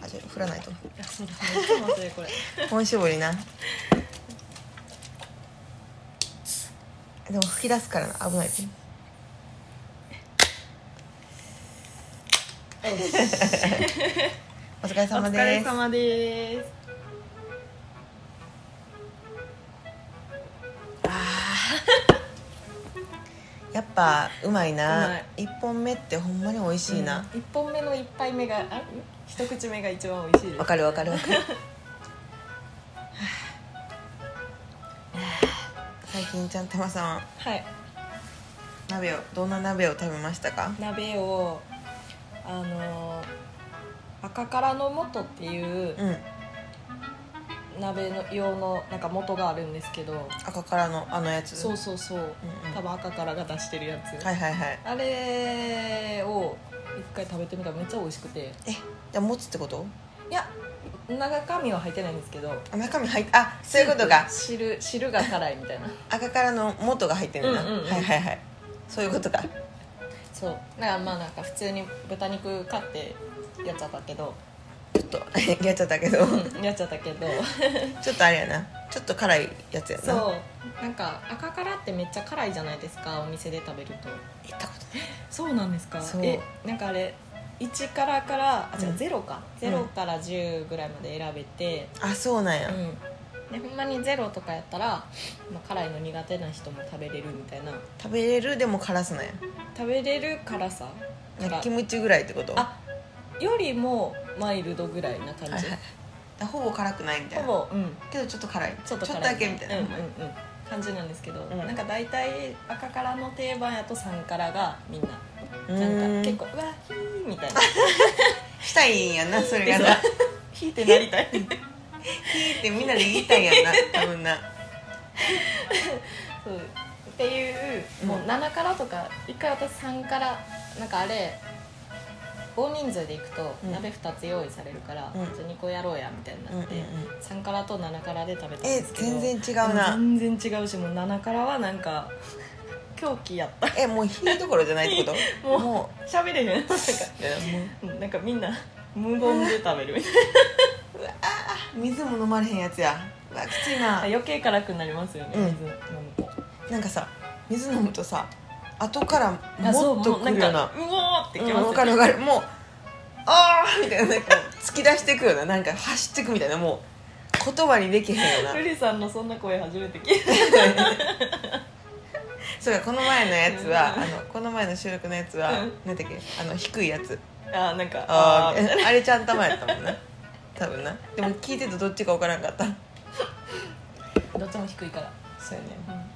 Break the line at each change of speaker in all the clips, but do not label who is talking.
あじゃあ振らないとな
やそうですねいつも忘れるこ れ
本絞りなでも吹き出すからな危ないってお疲れ
お
様
疲
で
れ
す
様です
やっぱうまいう
ま
ない一本目ってほんまに美味しいなわ、
うん一本目の一杯目があ一口目が一番美味しいです
かるわかるわか るはあ最近ちゃんたまさん
はい
鍋をどんな鍋を食べましたか
鍋をあの赤からの素っていう
うん
鍋の用のなんか素があるんですけど、
赤からのあのやつ
そうそうそう、
うんうん
多分赤からが出してるやつ、
はいはいはい
あれを一回食べてみたらめっちゃ美味しくて
えじゃあもつってこと
いや中身は入ってないんですけど
あ中身入っあそういうことか
汁汁が辛いみたいな
赤からの元が入ってるな、
うんうんうん
はいはいはいそういうことか
そうだからまあなんか普通に豚肉買ってやっちゃったけ ど、
ちょっと やっちゃったけど
うん、やっちゃった けど
ちょっとあれやなちょっと辛いやつやな
そうなんか赤からってめっちゃ辛いじゃないですかお店で食べると
行ったことない
そうなんですか
そう
えなんかあれ1からからあ違
う
うん0か、
うん
0から10ぐらいまで選べて、
あそうなんや、
うん、でほんまに0とかやったら、まあ、辛いの苦手な人も食べれるみたいな
食べれるでも辛さなんや
食べれる辛さから
焼きムチぐらいってこと
あよりもマイルドぐらいな感じ、
はいはいだからほぼ辛くないみたいな
ほぼ、うん、
けどちょっと辛い
ちょっと辛い
だけみたいな、
うんうんうん感じなんですけど、
ん
なんか大体赤からの定番やと3からがみんな
う
なん
ん
か結構「うわひー」みた いな
したいんやなそれがな
そうひーってなりたい
ピーってみんなで言いたいんやな多分な
そうっていう、
うん
もう7からとか一回私3からなんかあれ大人数で行くと
うん
鍋2つ用意されるから、
うん
じゃあ2個やろうやみたいになって、
うんうん
3からと7からで食べたん
え
ですけど
全然違うな
全然違うしもう7からはなんか狂気やった
えもうひいどころじゃないってこと
もう
も
喋れへんなんか
ういやもう
うんなんかみんな無言で食べるみたい
水も飲まれへんやつやうわきついな
な 余計辛くなりますよね、
うん
水飲むと
なんかさ水飲むとさ後から
あそう
もっと
もうな
く
ん
る
か
よな
うおーってき
う
ま
ん
すよね
わかるわかるもうああみたいななんか突き出してくよななんか走ってくみたいなもう言葉にできへんよな
ルリさんのそんな声初めて聞いた
そうかこの前のやつは
うん
あのこの前の収録のやつは
うん
何だっけあの低いやつ
あーなんか
あ
あー
ーあれちゃんたまやったもんな多分なでも聞いてたどっちか分からんかった
どっちも低いから、
そうやね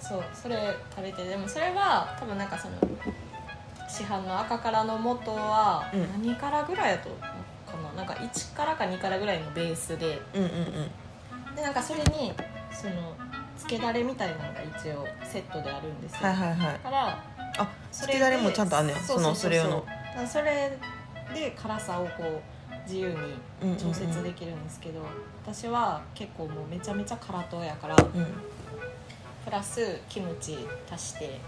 そうそれ食べてでもそれは多分なんかその市販の赤からの元は
うん
何からぐらいやと、かななんか1からか2からぐらいのベースで
うんうんうん
でなんかそれにそのつけだれみたいなのが一応セットであるんですよ、
はいはいはい
だから
あ
それ
つけ
で
だれもちゃんとあんねやそうの
う
それ用の
だからそれで辛さをこう自由
うんうんう
に
ん
調節できるんですけど、私は結構もうめちゃめちゃ辛党やから
うん
プラスキムチ足して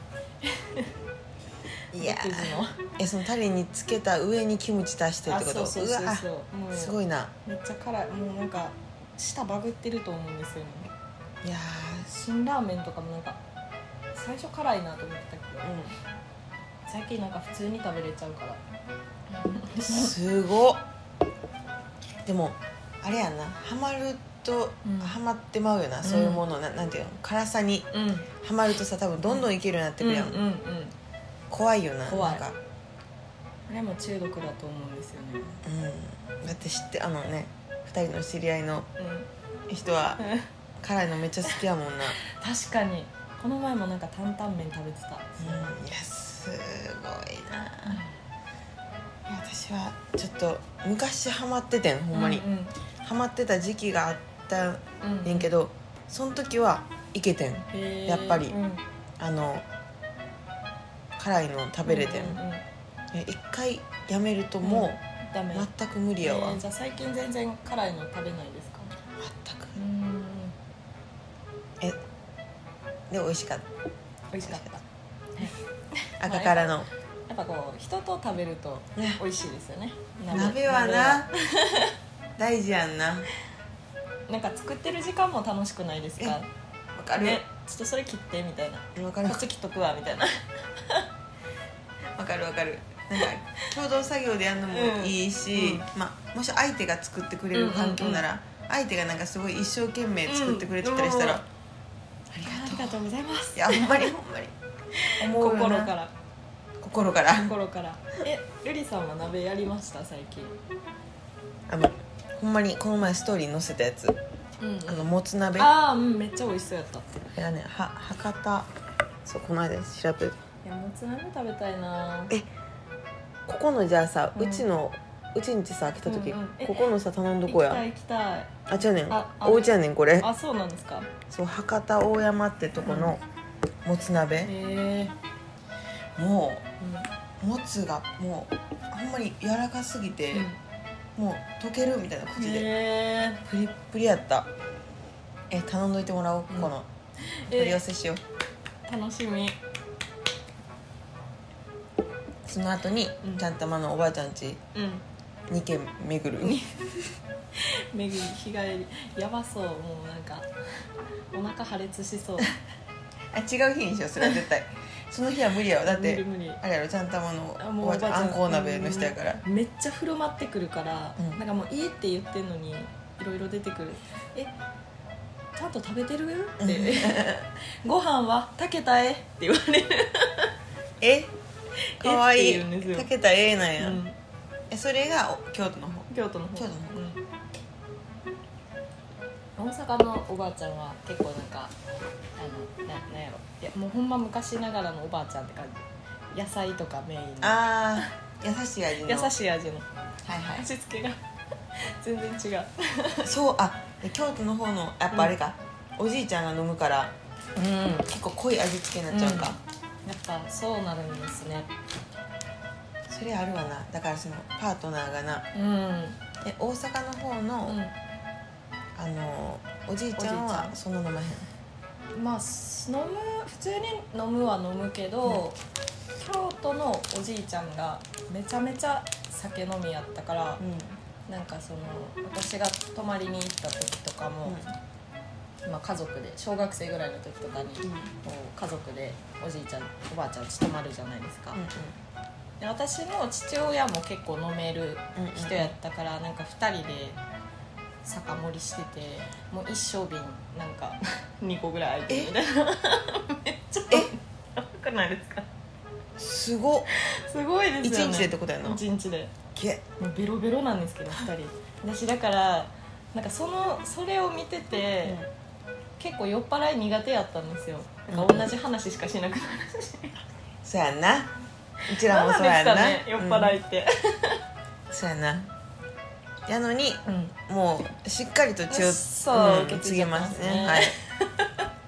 いや
独自の
えそのタレにつけた上にキムチ足してってこと
あそうそうそう
わ
そうもう
すごいな
めっちゃ辛いもうなんか舌バグってると思うんですよね
いや
辛ラーメンとかもなんか最初辛いなと思ってたけど
ー、
最近なんか普通に食べれちゃうから
うん、すごっでもあれやなハマると
うん
ハマってまうよな、そういうものななんていうの辛さに
うんうん
ハマるとさ多分どんどんいけるようになってくるやん、
うんうん
怖いよな
怖い
なんか
あれも中毒だと思うんですよね
うんだって知ってあのね2人の知り合いの人は
うん
辛いのめっちゃ好きやもんな、
確かにこの前もなんか担々麺食べてた、
うん、いやすごいないや私はちょっと昔ハマっててんほんまに、
うんうん
ハマってた時期があったん
うん
やけどその時はいけてん
へー
やっぱり
うん
あの辛いの食べれてん
ううう
え一回やめるとも
ダ
う
メ
全く無理やわ、
えーじゃあ最近全然辛いの食べないですか
全く
うん
えで美味しかっ
美味しかった
た赤からの
赤ぱこう人と食べると
ね
美味しいですよね
鍋は な大事やんなわ
なんか作ってる時間も楽しくないですか
かる
ねちょっとそれ切ってみたいな
わか
こ
る
っち切っとくわみたいな
わかるわか るなんか共同作業でやるのもいいし、
うん
まあ、もし相手が作ってくれる環境なら、相手がなんかすごい一生懸命作ってくれてたりしたら、
うん
ありが
あ
と
り
う
がとうございます
いやほんまにほんまに思う よ
心か
な
ら
心から
心からえ瑠璃さんは鍋やりました最近
あのほんまにこの前ストーリー載せたやつ
うんうん
あのもつ鍋あ
ああうんめっちゃ美味しそうやったい
れはねは博多そうこの間調べ
やもつ鍋食べたいな
えここのじゃあさ、
う
うんちのうちんちさ来た時、
うんうんえ
ここのさ頼んど
行
こ
きたい
や
行きたい
あ違うねん
ああれ
おうちやねんこれ
あそうなんですか
そう博多大山ってとこのもつ
へ
鍋、
え
もうもつがもうほんまに柔らかすぎて、もう溶けるみたいな
うん
口で
へ
プリップリやったえ頼んどいてもらおう、
うん
この取り寄
え
せしよう
楽しみ
その後に、
うん
ちゃんとまのおばあちゃん家
うん
2軒巡 る
巡り日帰りやばそうもうなんかお腹破裂しそう
あ違う日にしようそれは 絶対その日は無理やわだっ
無理
て
無理
あれやろちゃんたまの
あ
おばあちゃんあんこう鍋の人やから
うんめっちゃ振る舞ってくるから、
うん
なんかもういいって言ってんのにいろいろ出てくるえちゃんと食べてるって ご飯は炊けたえって言われる、
えかわい
え
い
って言うんですよ
炊けたええなんや、
うん
えそれがお京都の方
京都の方
京都の方
うん、大阪のおばあちゃんは結構なんかあのななんやろいやもうほんま昔ながらのおばあちゃんって感じ野菜とかメインの
ああ優しい味の
優しい味の
はいはい
味付けが 全然違う
そうあで京都の方のやっぱあれか、おじいちゃんが飲むから
うん
結構濃い味付けになっちゃうか、
やっぱそうなるんですね
それあるわなだからそのパートナーがな
うん、
え大阪の方の、あのおじいちゃ
おじ
ん
いちゃ
は
ん
そんな飲まへん
まあす飲む普通に飲むは飲むけど、京都のおじいちゃんがめちゃめちゃ酒飲みやったから、なんかその私が泊まりに行った時とかも、まあ、家族で小学生ぐらいの時とかに、
うんうん
こう家族でおじいちゃんおばあちゃんち泊まるじゃないですか、で私の父親も結構飲める
うんうん
人やったからなんか2人で酒盛りしててもう一升瓶なんか 2個ぐらい空いてるみたいな めっちゃ
え
やばくないですか
すごっ
すごいで
一
すよね
日でってことやな
一日で
け
もうベロベロなんですけど2人私だからなんかそのそれを見てて、結構酔っ払い苦手やったんですよなんか同じ話しかしなくなるし
そうやんなうちら
何
も
なん
そう
で
や
す
ん
か
な、
ね酔っ払い
うん
って、
そうやなやのに
うん
もうしっかりと血を
そう受け継
継
いじ
げ
ゃって
ま
ます
す
ね
ね はい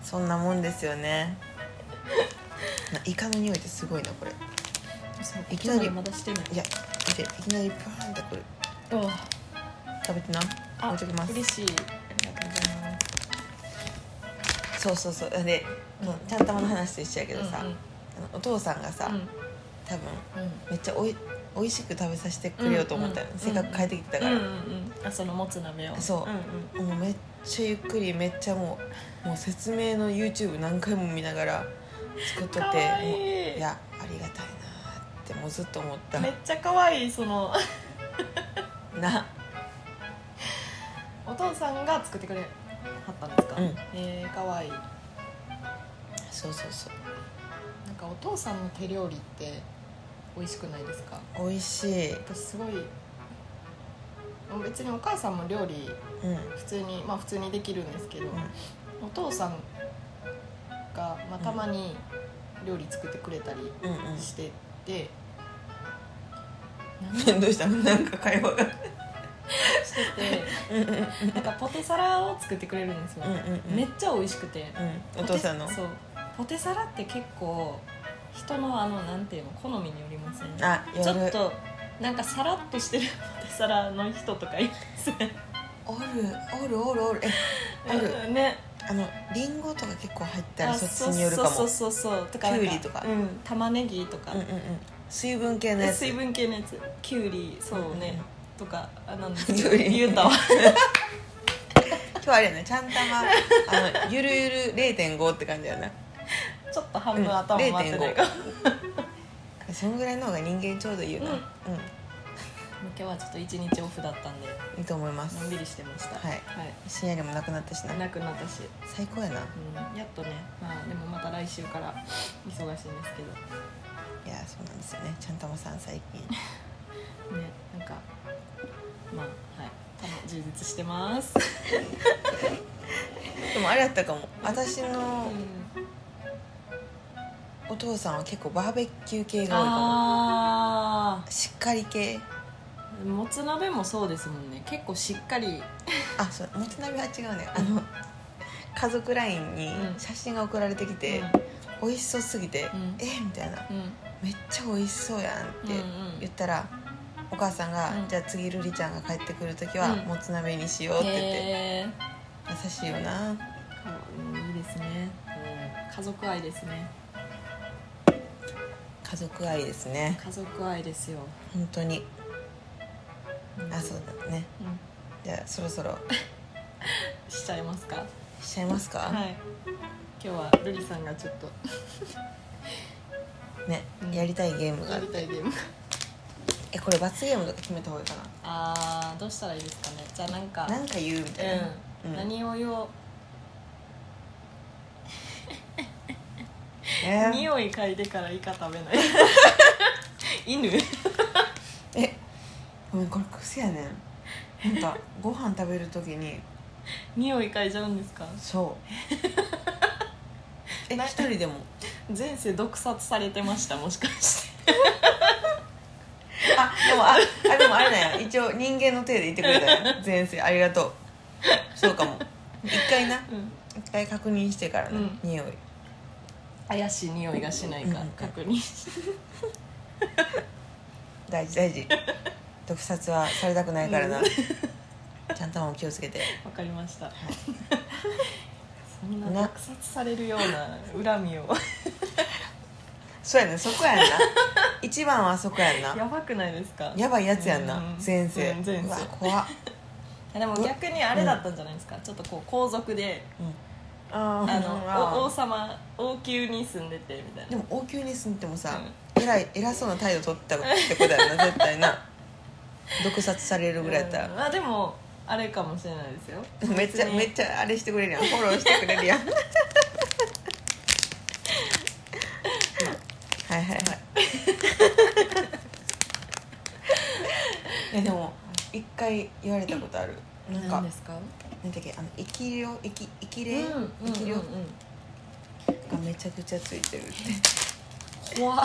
そんなもんですよねなイカの匂いってすごいなこれ
そう
いきなり
こっちまでまだしてない
いや見ていきなりパーンってこれ
うん
食べてな
あ
置いときます
嬉しいありがとうございます
そうそうそうで、
うん
ちゃんたまの話と一緒やけどさ、
うんうん
あのお父さんがさ、
うん
多分
うん
めっちゃおい美味しく食べさせてくれようと思ったの、
うんうん
せっかく帰ってきてたから、
うんうんうんあそのもつ鍋を
そうん
ん
もうめっちゃゆっくりめっちゃもうもう説明の YouTube 何回も見ながら作っとっ
か
て
わいい
もういやありがたいなってもうずっと思った
めっちゃ可愛いその
な
お父さんが作ってくれはったんですか、
うん
えー、可愛い
そうそうそう
なんかお父さんの手料理って美味しくないですか
美味しい、
私すごいもう別にお母さんも料理
うん、
普通にまあ普通にできるんですけど、
う
お父さんが、まあ、たまに料理作ってくれたり
うん
してて、何
うんどうしたのなんか会話が
して
うんうんうん
てなんかポテサラを作ってくれるんですよ、
うんうんうん
めっちゃ美味しくて、
うんお父さんの
ポテそうポテサラって結構人のあのなんていうの好みによりません
あ
ちょ
夜
っとなんかさらっとしてるポテサラの人とかいますね
おるおるおるおるえある
ね
あのリンゴとか結構入った
あ
らそっちによるかも
そうそうそうそうとかなん
きゅうりとか
うん、玉ねぎとか、
うんうんうん水分系のやつ
水分系のやつきゅうりそうね、とかあなんです
きゅうり
言うたわ
今日あれやなちゃんたまあのゆるゆる0.5って感じやな
ちょっと半分頭回ってないか、今
そのぐらいの方が人間ちょうどいいよな
う
うん
ん、日はちょっと一日オフだったんで
いいと思います
のんびりしてました
はい深夜にもなくなったしな
なくなったし、
最高やな
うん、やっとねまあでもまた来週から忙しいんですけど
いやそうなんですよねちゃんたまさん最近
ねなんかまあはい多分充実してます、
でもあれやったかも私の
うん、
お父さんは結構バーベキュー系が多いかも
あ
しっかり系
ーもつ鍋もそうですもんね結構しっかり
あそうもつ鍋は違うねあの家族 LINE に
うん
写真が送られてきて、美味しそうすぎて「
ん
えみたいな
うんうん
「めっちゃ美味しそうやん」って
うんうん
言ったら、お母さんが、
うん
じゃあ次瑠璃ちゃんが帰ってくる時は、
うん
もつ鍋にしよう」って言って
へー
優しいよな
かうんいいですね、家族愛ですね
家族愛ですね
家族愛ですよ、
本当に
うん
あそうだね
うん
じゃあそろそろ
しちゃいますか
しちゃいますか、
はい今日はルリさんがちょっと
ね
うん
やりたいゲー ムがあ
や
る
りたいゲーム
えこれ罰ゲームとか決めた方がいいか
あーどうしたらいいですかねじゃあなんか
ななんか言うみたいな、
うん、
うん
何を言おう
えー
匂い嗅いでからイカ食べ ない犬
えごめんこれ癖やねんなんかご飯食べるときに
匂い嗅いじゃうんですか
そう え
な
一人でも
前世毒殺されてましたもしかして
あでもああでもあれなんや一応人間の手で言ってくれたよ 前世ありがとうそうかも一回な
うん
一回確認してからの、
うん
匂い
怪しい匂いがしないか
うん
確認して
大事大事毒殺はされたくないからな、ちゃんとも気をつけて
わかりましたそんな毒殺されるような恨みを
そうやねそ こやんな一番はそこやんな
やばくないですか
やばいやつやんな、
うん
前世、
うん前世
うわ怖っ、
でも逆にあれだったんじゃないですか、ちょっとこう皇族で
うん、あ
あ
ー
のお王様王宮に住んでてみたい
で
な
も王宮に住んでもさ、偉い偉そうな態度取ったってことやな絶対な 毒殺されるぐらいやった
う
ら
ん、まあでもあれかもしれないですよ
めっちゃ
別に
めっちゃあれしてくれるやんフォローしてくれ るやんはいは いはいいやでも一回言われたことあるなんか
何ですか
なんだっけあの生き量生き生き
うん
霊、生き
うんうん
量がめちゃくちゃついてるって
怖っ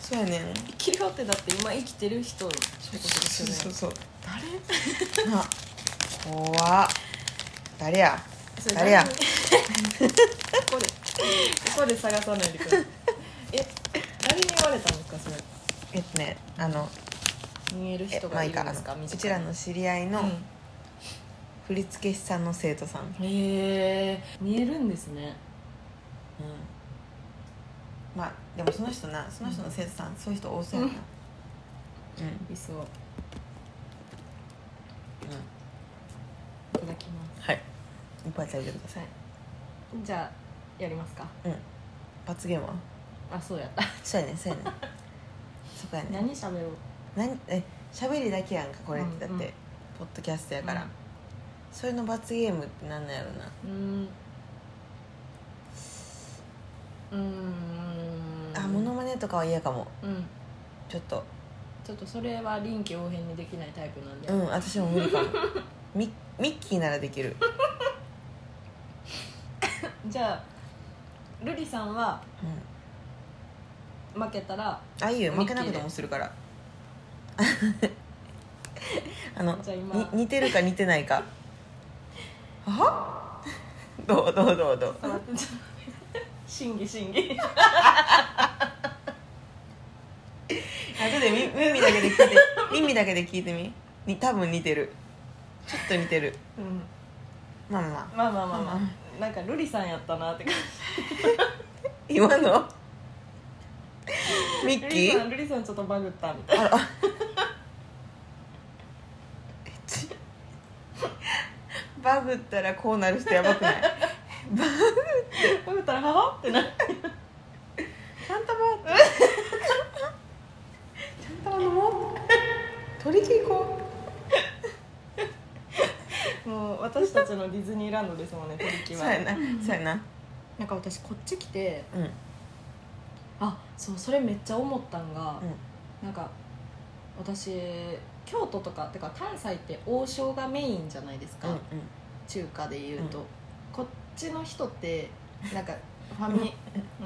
そうやねん
生き量ってだって今生きてる人ってことですよね
そうそう そうな怖っ誰や
それ
誰や
ここでここで探さないでくださいえ誰に言われたんですかそれ
えっとねあの
見える
え
人
ま
が
あい
い
いか
るん
あ
ですか
のう
身近に
ちらの知り合いの振付師さんの生徒さん、うん
うんへえ見えるんですね
まあでもその人なその人の生徒さん、そういう人多そうやなうん、うん
いそういただきます
はいいっぱい食べてください
はいじゃあやりますか
罰ゲームは
あそうやった
そうやねんそうやねんそ こやねん
何喋ろう
何え喋りだけやんかこれってだ
う
って、
んうん
ポッドキャストやから、
うん
それの罰ゲームってなんなんやろな、
うーんうーん
あモノマネとかは嫌かも
うん
ちょっと
ちょっとそれは臨機応変にできないタイプなんで、
うん私も無理かもミミッキーならできる
じゃあルリさんは
うん
負けたら
あいいよ負けな
ミッキー
く
で
てもするから あの
じゃあ今
に似てるか似てないかは どうどうどうどう
待ってちょっと審議審議
後でみ耳だけで聞いて 耳だけで聞いてみに多分似てるちょっと似てる
うん
まあまあま
まあま
あ
あまあまあ、
うん
なんかルリさんやったなって感
今のミッ
ル
キ
リさん
ー
ルリさんちょっとバグったみたいな
バグったらこうなる人やばくない
バグったら「はは?」ってな
ちゃんともちゃんと飲もう取りに行こ
もう私たちのディズニーランドですもんね取り
う
木
そ
は
うやなそうやな
なんか私こっち来て
うんうん
あそうそれめっちゃ思ったんが、なんか私京都とかてか関西って王将がメインじゃないですか、中華でいうと、
うん
こっちの人ってなんかファミ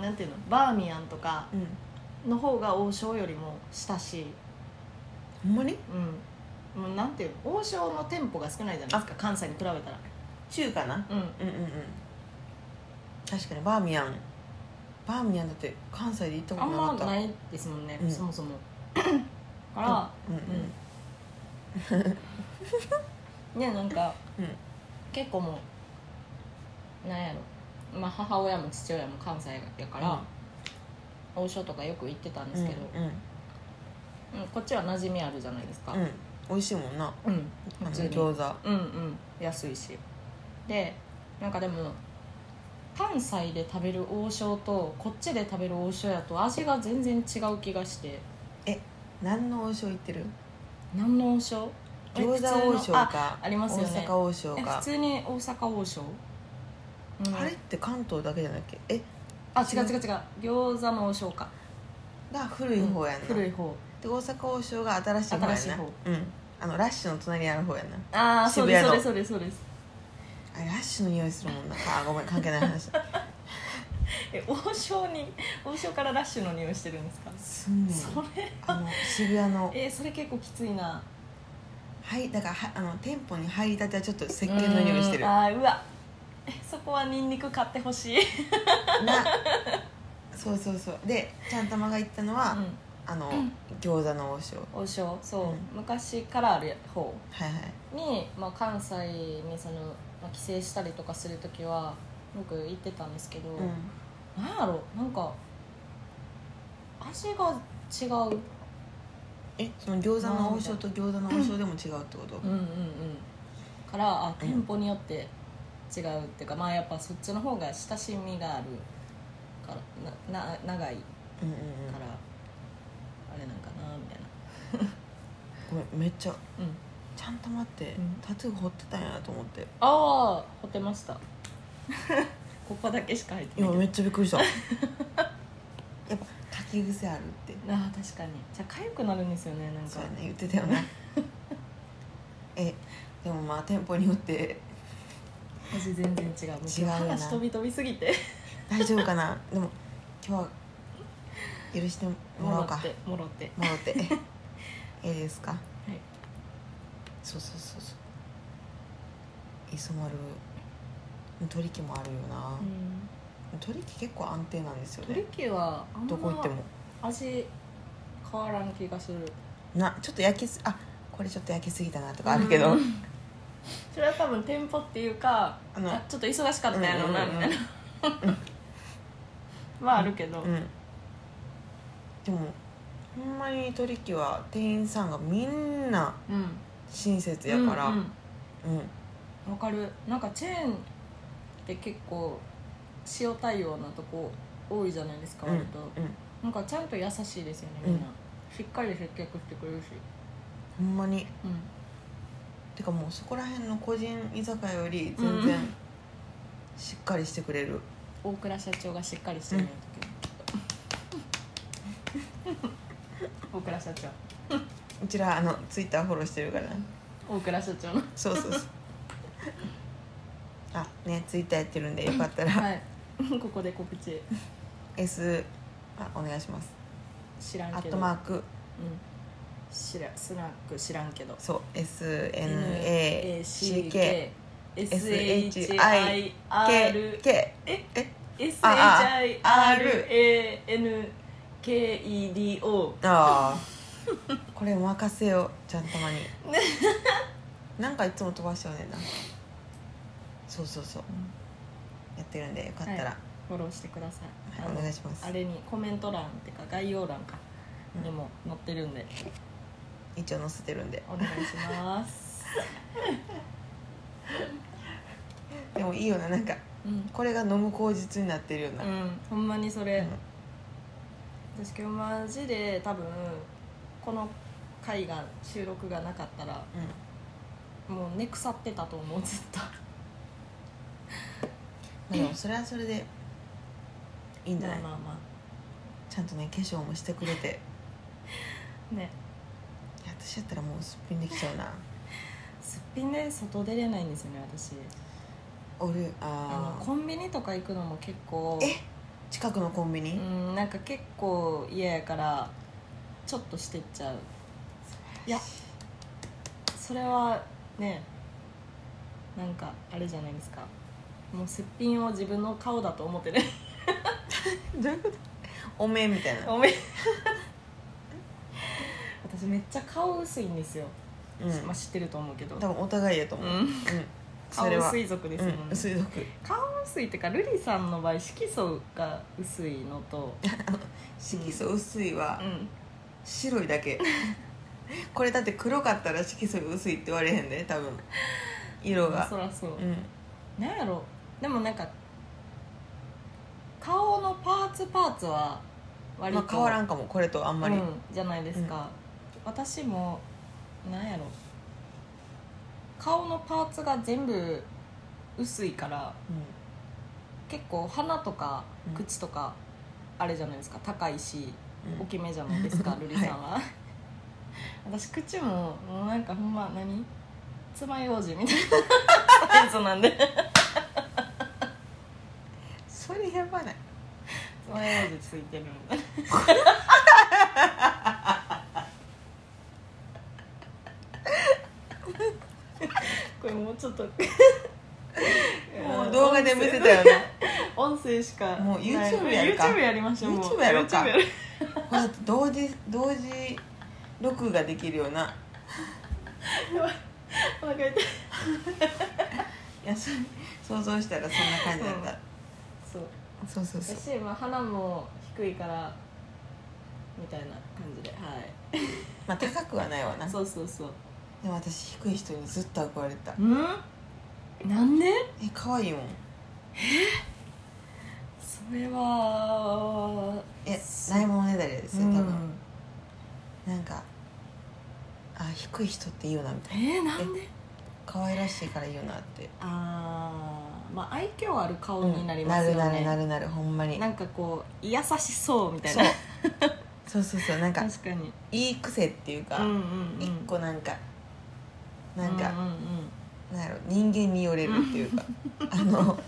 なんていうのバーミヤンとか
うんうん
の方が王将よりもしたし
ほんまに
うんもうなんていうの王将の店舗が少ないじゃないですか関西に比べたら
中華な
うん
うんうんうん確かにバーミヤンバーミヤンだって関西で行ったこ
あ
と
ん
なか
ま
った
ないですもんね、
うん
そもそもだから、
うんうん
うんねなんか、
うん
結構もうなんやろ、まあ、母親も父親も関西やから、王将とかよく行ってたんですけど、
うんうん
うんこっちは馴染みあるじゃないですか
うん美味しいもんな
うん、
あの
普通に
餃子
うんうん安いしでなんかでも関西で食べる王将とこっちで食べる王将やと味が全然違う気がして
何の王将行ってる
何の王将え
餃
普通
子
の
王将
あ
か
りますよね
大阪王将
え
か
普通に大阪王将、うん
あれって関東だけじゃなくてえ
あ違う違う違う餃子の王将か
だから古い方やんな、
古い方
で大阪王将が新しい方やな
新しい方
うんあのラッシュの隣にある方やな
ああそうです
渋
そうで
谷の
すそうですそうです
あれラッシュの匂いするもんなあごめん関係ない話
え王将に王将からラッシュの匂いしてる んですか、
すんねん
それ
あの渋谷の
えーそれ結構きついな
はいだからはあの店舗に入りたてはちょっと石鹸の匂いしてる
うんあーうわえそこはニンニク買ってほしい、うん、
なそうそうそうでちゃんたまが言ったのは、あの餃子の王将
王将そう、
うん
昔からある方
はいはい
に、まあ、関西にその、まあ、帰省したりとかする時はよく行ってたんですけど、
うん
なんやろなんか味が違う
えその餃子の王将と餃子の王将でも違うってこと、
うんうんうんからあ
うん
店舗によって違うっていうか、まあやっぱそっちの方が親しみがあるからなな長いか
うんうん
ら、
うん
あれなんかなみたいな
ごめんめっちゃ
うん
ちゃんと待って、
うん
タトゥー彫ってたんやと思って
ああ掘ってました ここだけしか入ってな
今
いけど
めっちゃびっ くりしたやっぱ書き癖あるって
ああ確かにじゃあ痒くなるんですよねなん
そ
か
うやね言ってたよ ねえでもまあ店舗によって
味全然違うもう
違うよな
話飛び飛びすぎて
大丈夫 かなでも今日は許してもらおうか
ってもろって
もろって ええですかはいそうそうそうそう磯丸取り木もあるよな
う、ん
取り木結構安定なんですよ
トリ
ね
キはあん
どこ行っても
ま味変わらん気がする
なちょっと焼きすあこれちょっと焼きすぎたなとかあるけど、
うんそれは多分店舗っていうか
あの
あちょっと忙しかったんやろうなみたいなまああるけど、
うんでもほんまにトリキは店員さんがみんな
うん
親切やから
う
うん
う
ん、
んわかるなんかチェーンって結構塩対応なとこ多いじゃないですか割と、
うん
なんかちゃんと優しいですよねみんな、しっかり接客してくれるし、
ほんまに
うん、
てかもうそこら辺の個人居酒屋より
う
全
んうん
然しっかりしてくれる、
大倉社長がしっかりしてるのと 大倉社長
うちらあのツイッターフォローしてるから
大倉社長の
そ うそうそうあねツイッターやってるんでよかったら、
はい ここで告知
S あお願いします
知ら
ア
んけ
ット
ど
マーク
うん知らスナック知らんけど
そう SNACK
SHIRK
K
え
え
SHIRANKEDO
ああこれお任せよちゃんたまになんかいつも飛ばしちゃうねんなそうそうそう、やってるんでよかったら、
はいフォローしてくださいあ
お
の
願いします
あれにコメント欄っていうか概要欄かにも載ってるんで
一応載せてるんで
お願いします、
でもいいよななんか
うん
これが飲む口実になってるような、
うん、ほんまにそれ、
うん
私今日マジで多分この回が収録がなかったら
うん
もう根腐ってたと思うずっと
まあでもそれはそれでいいんじゃ
ま
な
あ
い、
まあま
ちゃんとね化粧もしてくれていや
あね
私やったらもうすっぴんできちゃうな
すっぴんで外出れないんですよね私
俺
あ
あ
の
あ
コンビニとか行くのも結構
え近くのコンビニ、
うんなんか結構嫌やからちょっとしてっちゃういやそれはねなんかあれじゃないですかもうすっぴんを自分の顔だと思ってね
どういうことおめえみたい な、
ごめん私めっちゃ顔薄いんですよ、
うん、
まあ知ってると思うけど
多分お互いやと思う、
うん
うん、そ
顔
れは
薄い族ですもんね、
うん、水族
顔薄いってか瑠璃さんの場合色素が薄いのと、
色素薄いは
うん、
白いだけ これだって黒かったら色素薄いって言われへんで多分色が
そらそう、
うん
なんやろでもなんか顔のパーツパーツは割
ま
と、
あ変わら
ん
んかもこれとあんまり、
うん、じゃないですか、私もなんやろ顔のパーツが全部薄いから結構鼻とか
うん
口とか、あれじゃないですか高いし
うん
大きめじゃないですか
うん
瑠璃さんは、私口ももうなんかほんま何爪楊枝みたいなサイズなんで
それやばない
爪楊枝ついてるみたいなこれもうちょっと
もう動画で見せたよね
音声しか
もう YouTube やるか
YouTube やりましょうもう
YouTube やろうか
YouTube やる
これだって同時同時録画できるような
お腹痛い
いやそれ想像したらそんな感じだった、
そう
そうそうそう
だし、まあ、鼻も低いからみたいな感じでは
まあ高くはないわない
そうそうそう
でも私低い人にずっと憧れてた
うんなんで
え可愛いもん
それは
えないものねだりやですよ
う
多
ん
分、なんかあ低い人っていいよなみたいな
えー、なんで
可愛らしいからいいよなって
ああまあ愛嬌ある顔になりますよね、
なるなるなるなるほんまに
なんかこう優しそうみたい
そ
な
うそうそうそうなんか
確かに
いい癖っていうか、
うんうんうん
一個なんかなんか
う、んうん
なんやろ人間によれるってい うか、あの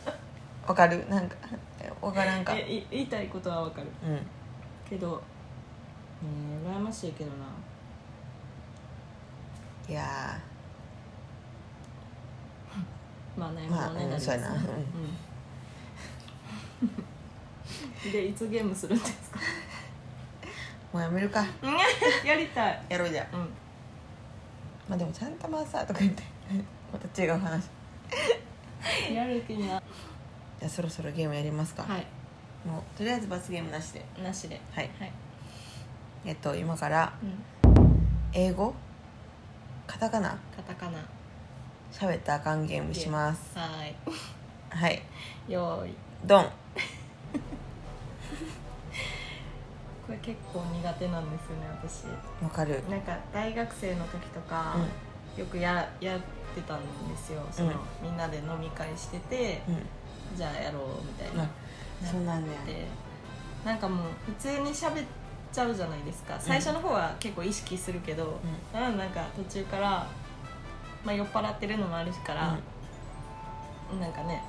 わかるなんかえわからんか
うんえい言いたいことはわかる
うん
けどうん羨ましいけどない
や
まあね、
まあ
もね
うん
なります
そうやなうん
うん でいつゲームするんですか
ーもうやめるか
やりたい、
やろうじゃ
うん、
まあでもちゃんとまさとか言って また違う話じ
やる気にな
ゃあそろそろゲームやりますか、
はい
もうとりあえず罰ゲームなしで
なしで
はい
はい、
えっと今から
うん、
英語カタカナ
カタカナ
喋ったらあかんゲームします
は
はい
いよーい
ドン
これ結構苦手なんですよね私
わかる
なんか大学生の時とか、
う
よくややってたんですよその、みんなで飲み会してて、
んうん
じゃあやろうみたいな、
なそうなんだよ
でなんかもう普通に喋っちゃうじゃないですか最初の方は結構意識するけど、うんなんか途中から、まあ、酔っ払ってるのもあるから、なんかね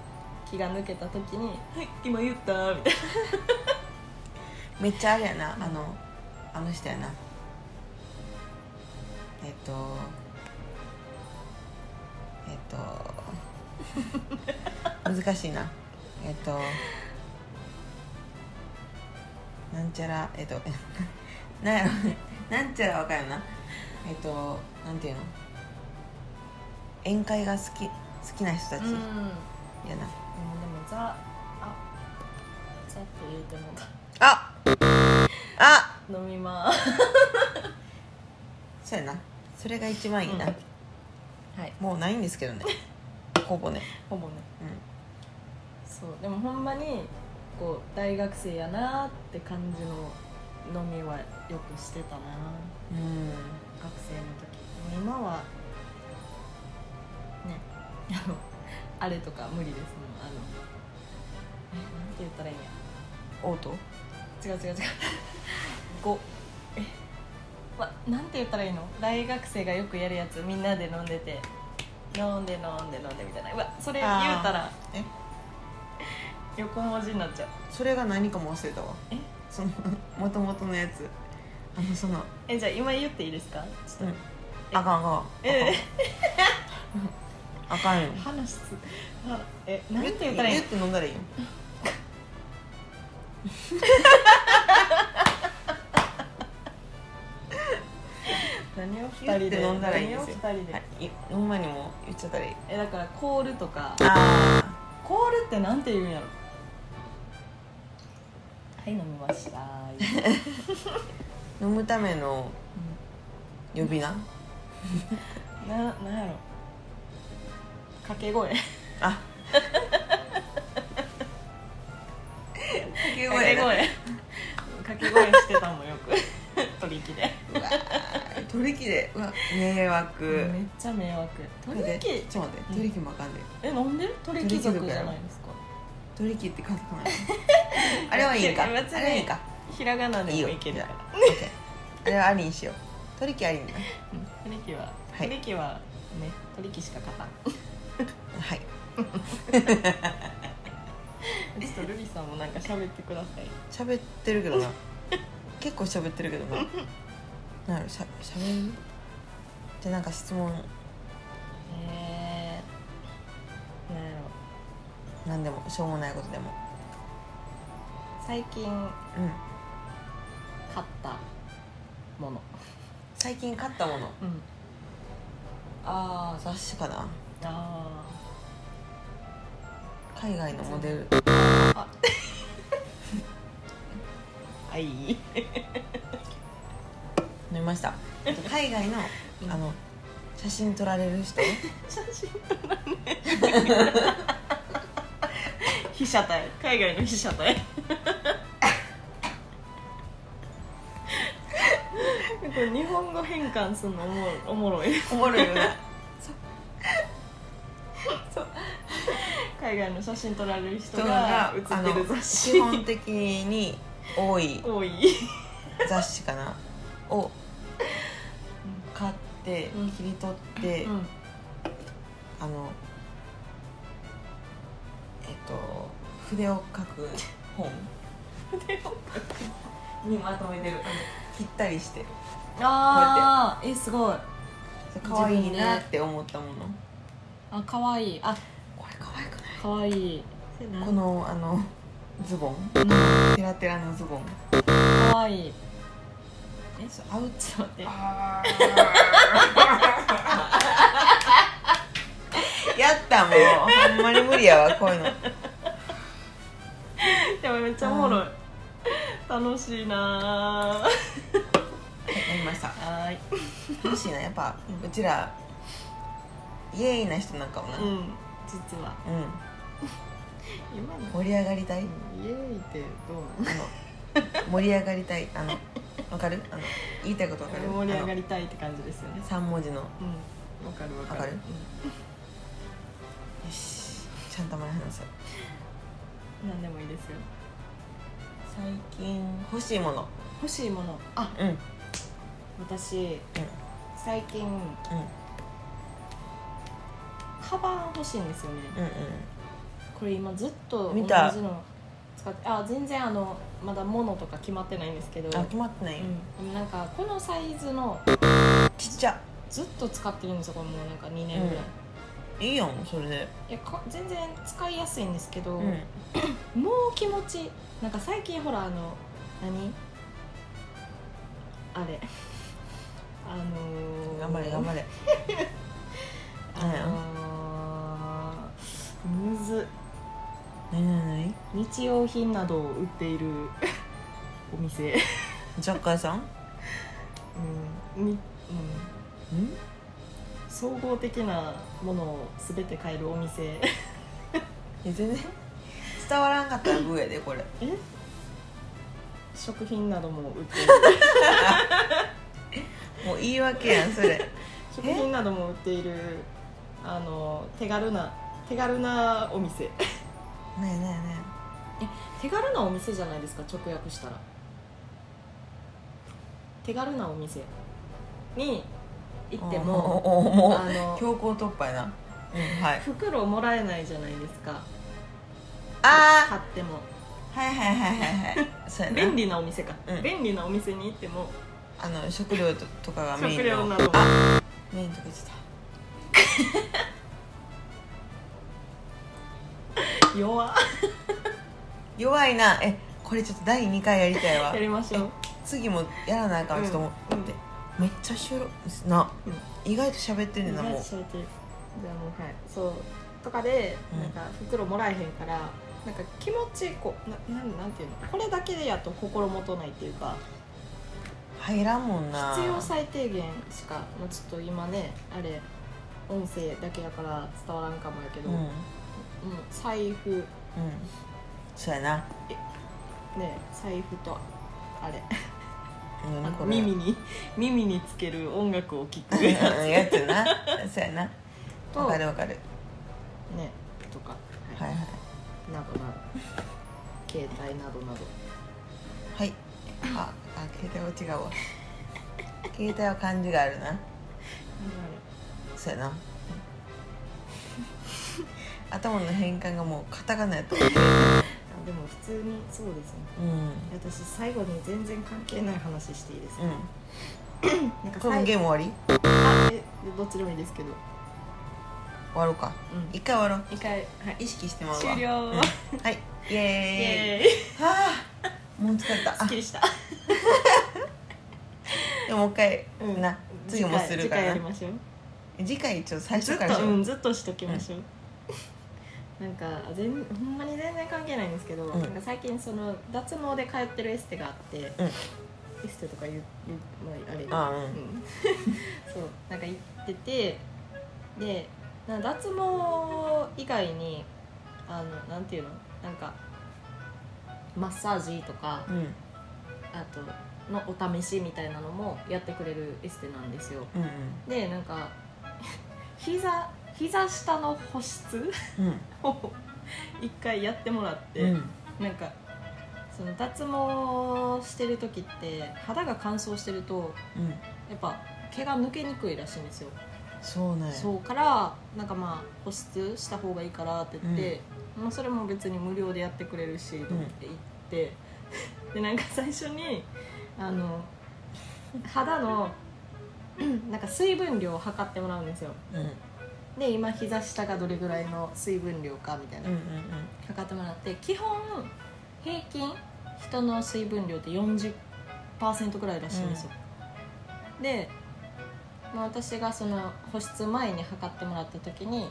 気が抜けた時に「はい今言った」みたい
めっちゃあれやなあのあの人やなえっとえ っと難しいなえっとなんちゃらえっと なんやろなんちゃらわかるよなえっとなんていうの宴会が好き好きな人たち
な。うんでもで
やな
もザあさっと言うてもうた
ああ
飲みまーす
そうやなそれが一番いいな、
うんはい
もうないんですけど ねほぼね
ほぼね
う
そうでもほんまにこう大学生やなーって感じの飲みはよくしてたな
うん、
学生の時でも今はねあのあれとか無理ですもんあのえなんて言ったらいいんや
オート
違う違う違うごえわなんて言ったらいいの大学生がよくやるやつみんなで飲んでて飲んで飲んで飲んでみたいなうわそれ言う
あー
たら
え
横文字になっちゃう
それが何かも忘れたわ
え
そのもともとのやつあのその
えじゃあ今言っていいですかちょっと、
うんあかんあかん
え
あかんよ
話すあえなんて言ったらいい
言
の
って飲んだらいいよ
何を二人で
言って飲んだらいいんですよ
何を二人で、
はいいほんまにもう言っちゃったらいい
えだからコールとか
あ
コールってなんて言うんやろはい飲みま したー
あ飲むための
うん
呼び名
ななんやろ掛け声
あ掛
掛け
け声
声掛け声してたもんよ く取り木で
取り木でうわ迷惑
めっちゃ迷惑取り木
ちょっと待って取り木もあかんで
えなんで取り木族じゃないですか
取り木って書かない あれはいいんかあ
別に
れはいいんか
ひらがなで
いい
も
よ
いけるから
あれはありにしよう取り木ありにな
うん取り木は、
はい
取り木はね取り木しか 勝たん
はい
ちょっとルリさんもなんか喋ってください
喋ってる けどな結構喋ってるけどななるしゃ喋るじゃあなんか質問
えー、なんやろ
なんでもしょうもないことでも
最近
うん
買ったもの
最近買ったも
う
の
ん
ああ雑誌かな
ああ
海外のモデル
はい
飲みま したあと海外の
うん
あの写真撮られる人
写真撮らねえ被写体海外の被写体これ日本語変換するのおもろおもろい
おもろいよね
海外の写真撮られる人が
人が
写
あ
っ
の
てる雑誌
基本的に多い
多い
雑誌かなを買って
うん
切り取って、
うん
あのえっと筆を書く本にまとめてる切ったりして
ああえすごい
可愛いなって思ったもの
あ可愛いあ
これ可愛くな
可愛い
いこのあのズボン
うん
テラテラのズボン
可愛い
えそうアウト
ちょっと待って
やったもうほんまに無理やわこういうの
でもめっちゃおもろい楽しいなー
やりました
はーい
楽しいなやっぱうちらイエーイな人なんかもな、うん
うん実は今の
盛り上がりたい
イエーイってどうな
あの盛り上がりたいあのわかるあの言いたいことわかる
の盛り上が
り
りたいって感じですよね
3文字のよ
うんわかるわかる
わかるしちゃんと前に話す
うん、何でもいいですよ
最近欲しいもの
欲しいものあ
うんうん
私最近
う
カバン欲しいんですよね
んうん
これ今ずっと同
見
じ
た
の使ってあ全然あのまだ物とか決まってないんですけど
うんあ決まってな
う
いよ、
ん、でもなんかこのサイズの
ちっちゃ
ずっと使ってるんですよこれもうなんか2年ぐらい、
うんいいやんそれで
いやか全然使いやすいんですけど、
うん
もう気持ちなんか最近ほらあの何あれあのー、
頑張れ頑張 れ
あのー、むず
なになになに
日用品などを売っている お店、う
雑貨屋さんん
んにうん、総合的なものを全て買えるお店
え全然伝わらんかったらグーやでこれ
え食品なども売っている
もう言い訳やんそれ
食品なども売っているあの手軽な手軽なお店
ねえねえね
手軽なお店じゃないですか直訳したら手軽なお店に
え
行って
も
も
うも
あの
う強行突破やなうんはい
袋もらえないじゃないですか
あ
買っても
あはいはいはいはいはいそうや
便
な
利なお店か、
うん
便利なお店に行っても
あの食料ととかがメイン
食
の
料なども
メインとか言ってた
弱
弱いなえこれちょっと第2回やりたいわ
やりましょう
次もやらないかんちょっと思
うん
って、めっちゃ収録な、意外と喋って
意
るねんな
外
も
と
う
そうやってるじゃあもうはいそうとかで
うん
なんか袋もらえへんから、なんか気持ちこうななんなんていうのこれだけでやっと心もとないっていうか
入らんもんな
必要最低限しか、まあ、ちょっと今ねあれ音声だけやから伝わらんかもやけど、
うんう
うんん、財布
そうやな
ね財布とあれ
何これ
耳に 耳につける音楽を聴く
うんやつなそうやな
と
わかるわかる
ねとか、
はいはい
などなど携帯などなど
はいああ携帯は違うわ携帯は漢字があるなそう やな頭の変換がもうカタカナやった
あでも普通にそうですね
うんうん
私最後に全然関係ない話していいですか、なんか
これも
最
ゲーム終わり
あえどっちでもいいですけど、
終わろうか
うん
一回終わろ
一回、は
う意識してもらうわ
終了、
うん
イ
はいイエーイ
エ
はあもう疲れた
ーイす
あ
っきりした
でももう一回、
うん
な次もするか
次回次回や
ら
り
な
ましょう
次回一応最
ず
初
っ
からし
と、
よう
うん、ずっとしときましょう、なんか全ほんまに全然関係ないんですけど、
うん
なんか最近その脱毛で通ってるエステがあって、エステとか言う言う、まあ、あれう
あうん
んそうなんか行っててでなんか脱毛以外にあのなんていうのなんかマッサージとか
うん
あとのお試しみたいなのもやってくれるエステなんですよ
うん
でなんか膝膝下の保湿
うん
を 一回やってもらって、
うんうん
なんかその脱毛してる時って肌が乾燥してると
うん
やっぱ毛が抜けにくいらしいんですよ、
そうね
そうからなんかまあ保湿した方がいいからって言って、まあ、それも別に無料でやってくれるしと思って行って、 でなんか最初にあの肌のうんなんか水分量を測ってもらうんですよ
うんうん
で今膝下がどれぐらいの水分量かみたいな
うん
測ってもらって基本平均人の水分量って40%ぐらいらしいんですよ、で、まあ、私がその保湿前に測ってもらった時に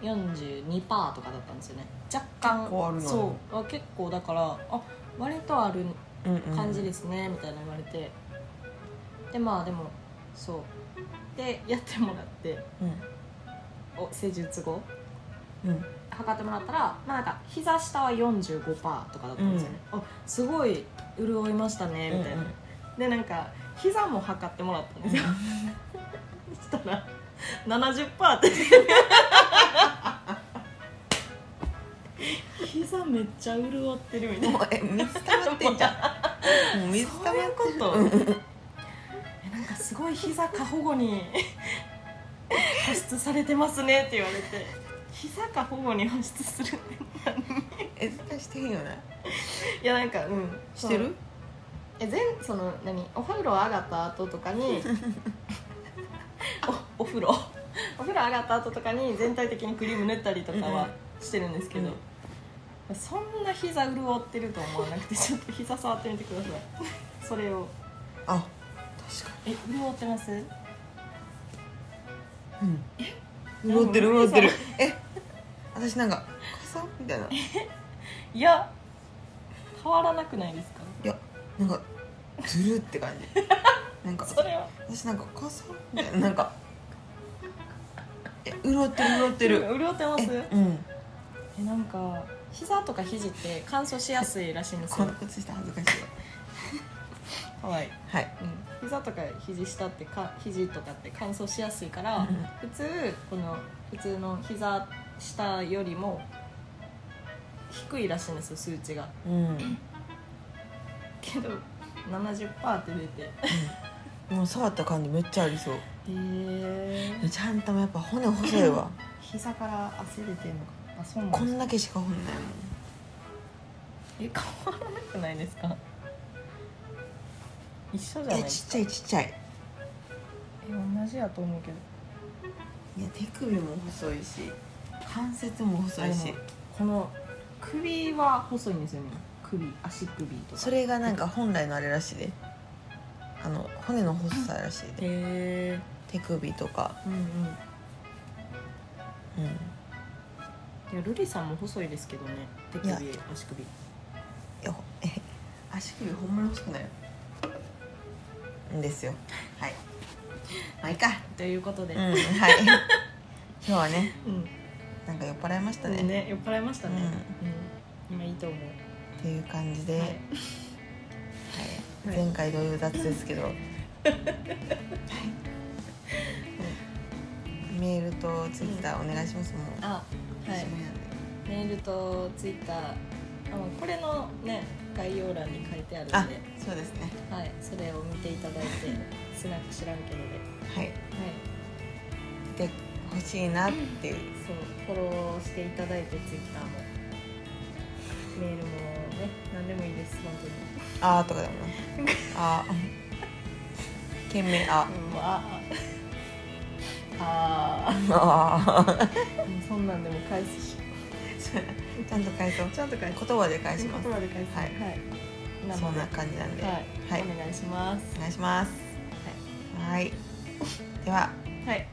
42%とかだったんですよね若干
結構あるの
そうあ結構だからあ割とある
うんうんうん
感じですね、みたいな言われてでまあでもそうでやってもらって
うん
お施術後
うん
測ってもらったら、まあ、なんか膝下は45%とかだったんですよね、あすごい潤いましたねみたいな、
うん
でなんか膝も測ってもらったんですよ、 そしたら70%って 膝めっちゃ潤ってるみたいな
もうえ水溜まってんじゃん もう水溜ま
そう
って
いうこ
る
とえなんかすごい膝過保護に 保湿されてますねって言われて膝過保護に保湿するって
え絶対してへんよね
いやなんかうん
してる
え全その何お風呂上がった後とか におお風呂お風呂上がった後とかに全体的にクリーム塗ったりとかはしてるんですけど、そんな膝潤ってると思わな くてちょっと膝触ってみてくださいそれを
あ確か
え潤ってます
にうん潤ってる
なんか
潤ってるえ私なんか傘みたいな
いや変わらなくないですか
いやなんかずるって感じなんか
それは
私なんかお母さんみたいななんかえ潤ってる潤ってる
潤ってます
えうん
えなんか膝とか肘って乾燥しやすいらしいんです
こ
よ
の靴下恥ずかしいわ
かわいい、
はい
うん、膝とか肘下ってか肘とかって乾燥しやすいから、
うん
普通この普通の膝下よりも低いらしいんですよ数値が
うん
けど70%って出て
もう触った感じめっちゃありそう
え
ちゃんとやっぱ骨細いわ
膝から汗出てんのかあそうなん
こ
です
んだけしか骨ない
え変わらなくないですか一緒じゃ
も
なんい
え
です
ちっ
か
ちゃいちっちゃい
え同じやと思うけど
いや手首も細いし関節も細い
で
し
もこの首は細いんですよね首足首とか
それがなんか本来のあれらしいであの骨の細さらしいで
へえ
手首とか
うんうん
うん
いやルリさんも細いですけどね手首
いや
足首
いやほえ足首ほんまに細くないんですよはいまあいいか
ということで、
うん はい今日はね
うん
なんか酔っ払いましたね
ね酔っ払いましたね、うん今いいと思う、
っていう感じ
は
で、はいい
はい
前回同様雑ですけど、はいメールとツイッターお願いしますもう
あはいメールとツイッターあこれのね概要欄に書いてあるんで、
あそうですね
はい、それを見ていた だいてスナック知らんけどで、は
はい
い、
で欲しいなっていう
そうフォローしていただいてツイッターもメールもね何でもいいです本
あーとかでもな あー件名あ
当に、うん、あ あ
あー
あそんなんでも返すし
そうちゃんと返そう
ちゃんと返す
言葉で返し
言
ます
葉で返す
はい
はい、な
そ
の
ん
で
な感じなんで、
はい、
はい
お願いします
お願いしますはいでは、
はい
え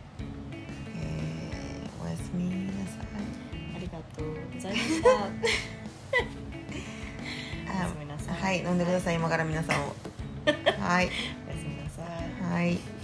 ー、おやすみなさい
ありがとうございましたお や
あ
すみなさい
はい、飲んでください、今から皆さんを。はい、
おやすみなさい
はい。